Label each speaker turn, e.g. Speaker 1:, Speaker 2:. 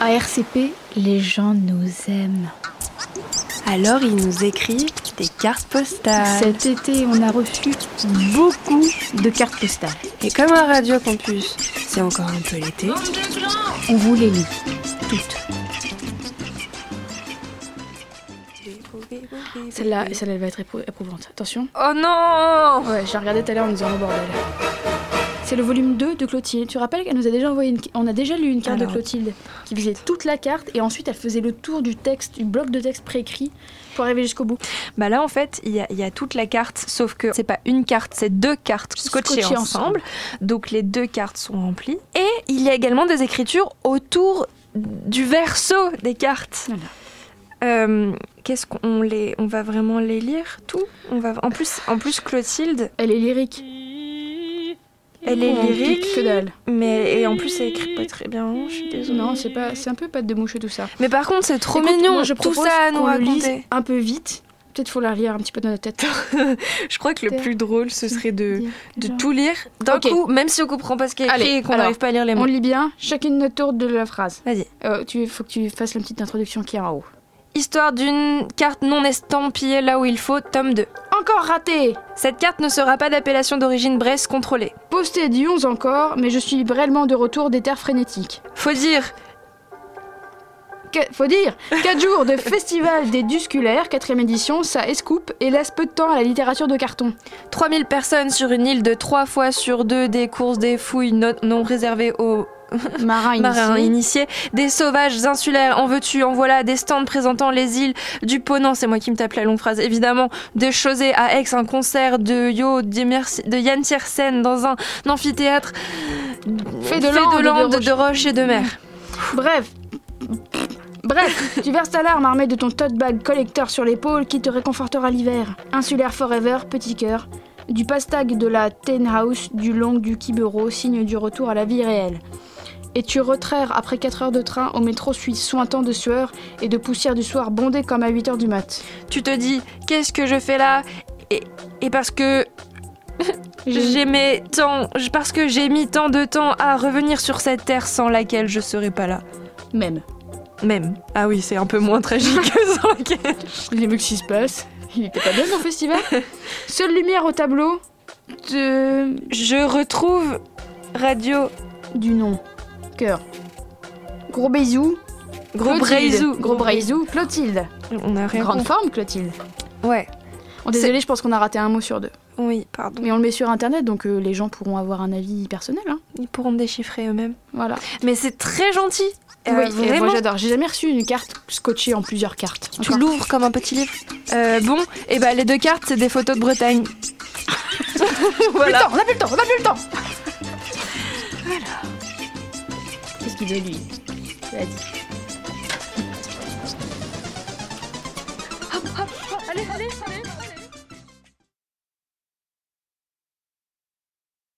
Speaker 1: À RCP, les gens nous aiment.
Speaker 2: Alors il nous écrit des cartes
Speaker 3: Euh,
Speaker 2: postales.
Speaker 1: Cet été, on a reçu beaucoup de cartes postales.
Speaker 2: Et comme à Radio Campus, c'est encore un peu l'été.
Speaker 1: On vous les lit toutes.
Speaker 3: Celle-là, celle elle va être éprou- éprouvante. Attention.
Speaker 2: Oh non
Speaker 3: Ouais, j'ai regardé tout à l'heure en me disant oh bordel. C'est le volume 2 de Clotilde. Tu rappelles qu'elle nous a déjà envoyé une... On a déjà lu une carte
Speaker 2: Alors.
Speaker 3: de Clotilde qui faisait toute la carte et ensuite elle faisait le tour du texte, du bloc de texte préécrit pour arriver jusqu'au bout.
Speaker 2: Bah là en fait, il y, a- il y a toute la carte, sauf que c'est pas une carte, c'est deux cartes scotchées,
Speaker 3: Scotchées
Speaker 2: ensemble. Donc les deux cartes sont remplies. Et il y a également des écritures autour du verso des cartes.
Speaker 3: Voilà.
Speaker 2: Euh, Qu'est-ce qu'on les, on va vraiment les lire tout On va en plus, en plus Clotilde,
Speaker 3: Elle est lyrique.
Speaker 2: elle est
Speaker 3: Mmh, On pique
Speaker 2: lyrique,
Speaker 3: Que dalle.
Speaker 2: mais et en plus elle écrit pas très bien. Je suis désolée.
Speaker 3: Non, c'est pas, c'est un peu pâte de mouche tout ça.
Speaker 2: Mais par contre, c'est trop
Speaker 3: Écoute,
Speaker 2: mignon.
Speaker 3: moi, je
Speaker 2: tout
Speaker 3: propose
Speaker 2: ça à nous
Speaker 3: qu'on le lise
Speaker 2: raconter.
Speaker 3: un peu vite. Peut-être faut la relire un petit peu dans notre tête.
Speaker 2: Je crois que le plus drôle, ce serait Euh, de, de
Speaker 3: Genre.
Speaker 2: tout lire d'un
Speaker 3: Ok.
Speaker 2: coup, même si on comprend pas ce qui est écrit
Speaker 3: Allez,
Speaker 2: et qu'on
Speaker 3: alors,
Speaker 2: n'arrive pas à lire les
Speaker 3: On
Speaker 2: mots.
Speaker 3: lit bien, chacune notre tour de la phrase.
Speaker 2: Vas-y.
Speaker 3: Euh, tu faut que tu fasses la petite introduction qui est en haut.
Speaker 2: Histoire d'une carte non estampillée là où il faut, tome 2.
Speaker 3: Encore raté
Speaker 2: Cette carte ne sera pas d'appellation d'origine Bresse contrôlée.
Speaker 3: Posté du 11 encore, mais je suis réellement de retour des terres frénétiques.
Speaker 2: Faut dire,
Speaker 3: Qu- faut dire 4 jours de festival des Dusculaires, 4ème édition, ça escoupe et laisse peu de temps à la littérature de carton.
Speaker 2: 3000 personnes sur une île de 3 fois sur 2 des courses des fouilles no- non réservées aux
Speaker 3: Marin initié.
Speaker 2: marins initiés, des sauvages insulaires, en veux-tu, en voilà, des stands présentant les îles du Ponant, c'est moi qui me tape la longue phrase, évidemment, des chaussées à Aix, un concert de Yo, d'Immersi- de Yann Tiersen dans un amphithéâtre
Speaker 3: Fait de landes,
Speaker 2: landes,
Speaker 3: de
Speaker 2: de roches et de mer.
Speaker 3: Bref. Bref, tu verses ta larme armée de ton tote bag collecteur sur l'épaule qui te réconfortera l'hiver. Insulaire Forever, petit cœur. Du pastag de la Tenhouse, du long du Kibero, signe du retour à la vie réelle. Et tu retraires après 4 heures de train au métro suisse sointant de sueur et de poussière du soir bondé comme à 8 heures du mat.
Speaker 2: Tu te dis, qu'est-ce que je fais là et, et parce que j'aimais tant, parce que j'ai mis tant de temps à revenir sur cette terre sans laquelle je serais pas là.
Speaker 3: Même.
Speaker 2: Même. Ah oui, c'est un peu moins tragique que sans laquelle.
Speaker 3: Il a vu que s'y se passe. Il était pas bien dans le festival. Seule lumière au tableau de...
Speaker 2: Je retrouve Radio
Speaker 3: du nom. Cœur. Gros bisous.
Speaker 2: Gros
Speaker 3: Clotilde.
Speaker 2: Braizou.
Speaker 3: Gros Braizou. Clotilde.
Speaker 2: On a rien
Speaker 3: Grande
Speaker 2: compris.
Speaker 3: forme, Clotilde.
Speaker 2: Ouais.
Speaker 3: Oh, désolé, je pense qu'on a raté un mot sur deux.
Speaker 2: Oui, pardon.
Speaker 3: Mais on le met sur internet, donc euh, les gens pourront avoir un avis personnel. hein.
Speaker 2: Ils pourront me déchiffrer eux-mêmes.
Speaker 3: Voilà.
Speaker 2: Mais c'est très gentil. Euh,
Speaker 3: oui, et
Speaker 2: vraiment.
Speaker 3: moi j'adore. J'ai jamais reçu une carte scotchée en plusieurs cartes.
Speaker 2: tu
Speaker 3: Encore.
Speaker 2: l'ouvres comme un petit livre. Euh, bon, et ben les deux cartes, c'est des photos de Bretagne. voilà.
Speaker 3: On a plus le temps, on a plus le temps Qu'est-ce qu'il veut lui Il a dit.
Speaker 2: Allez, allez, allez.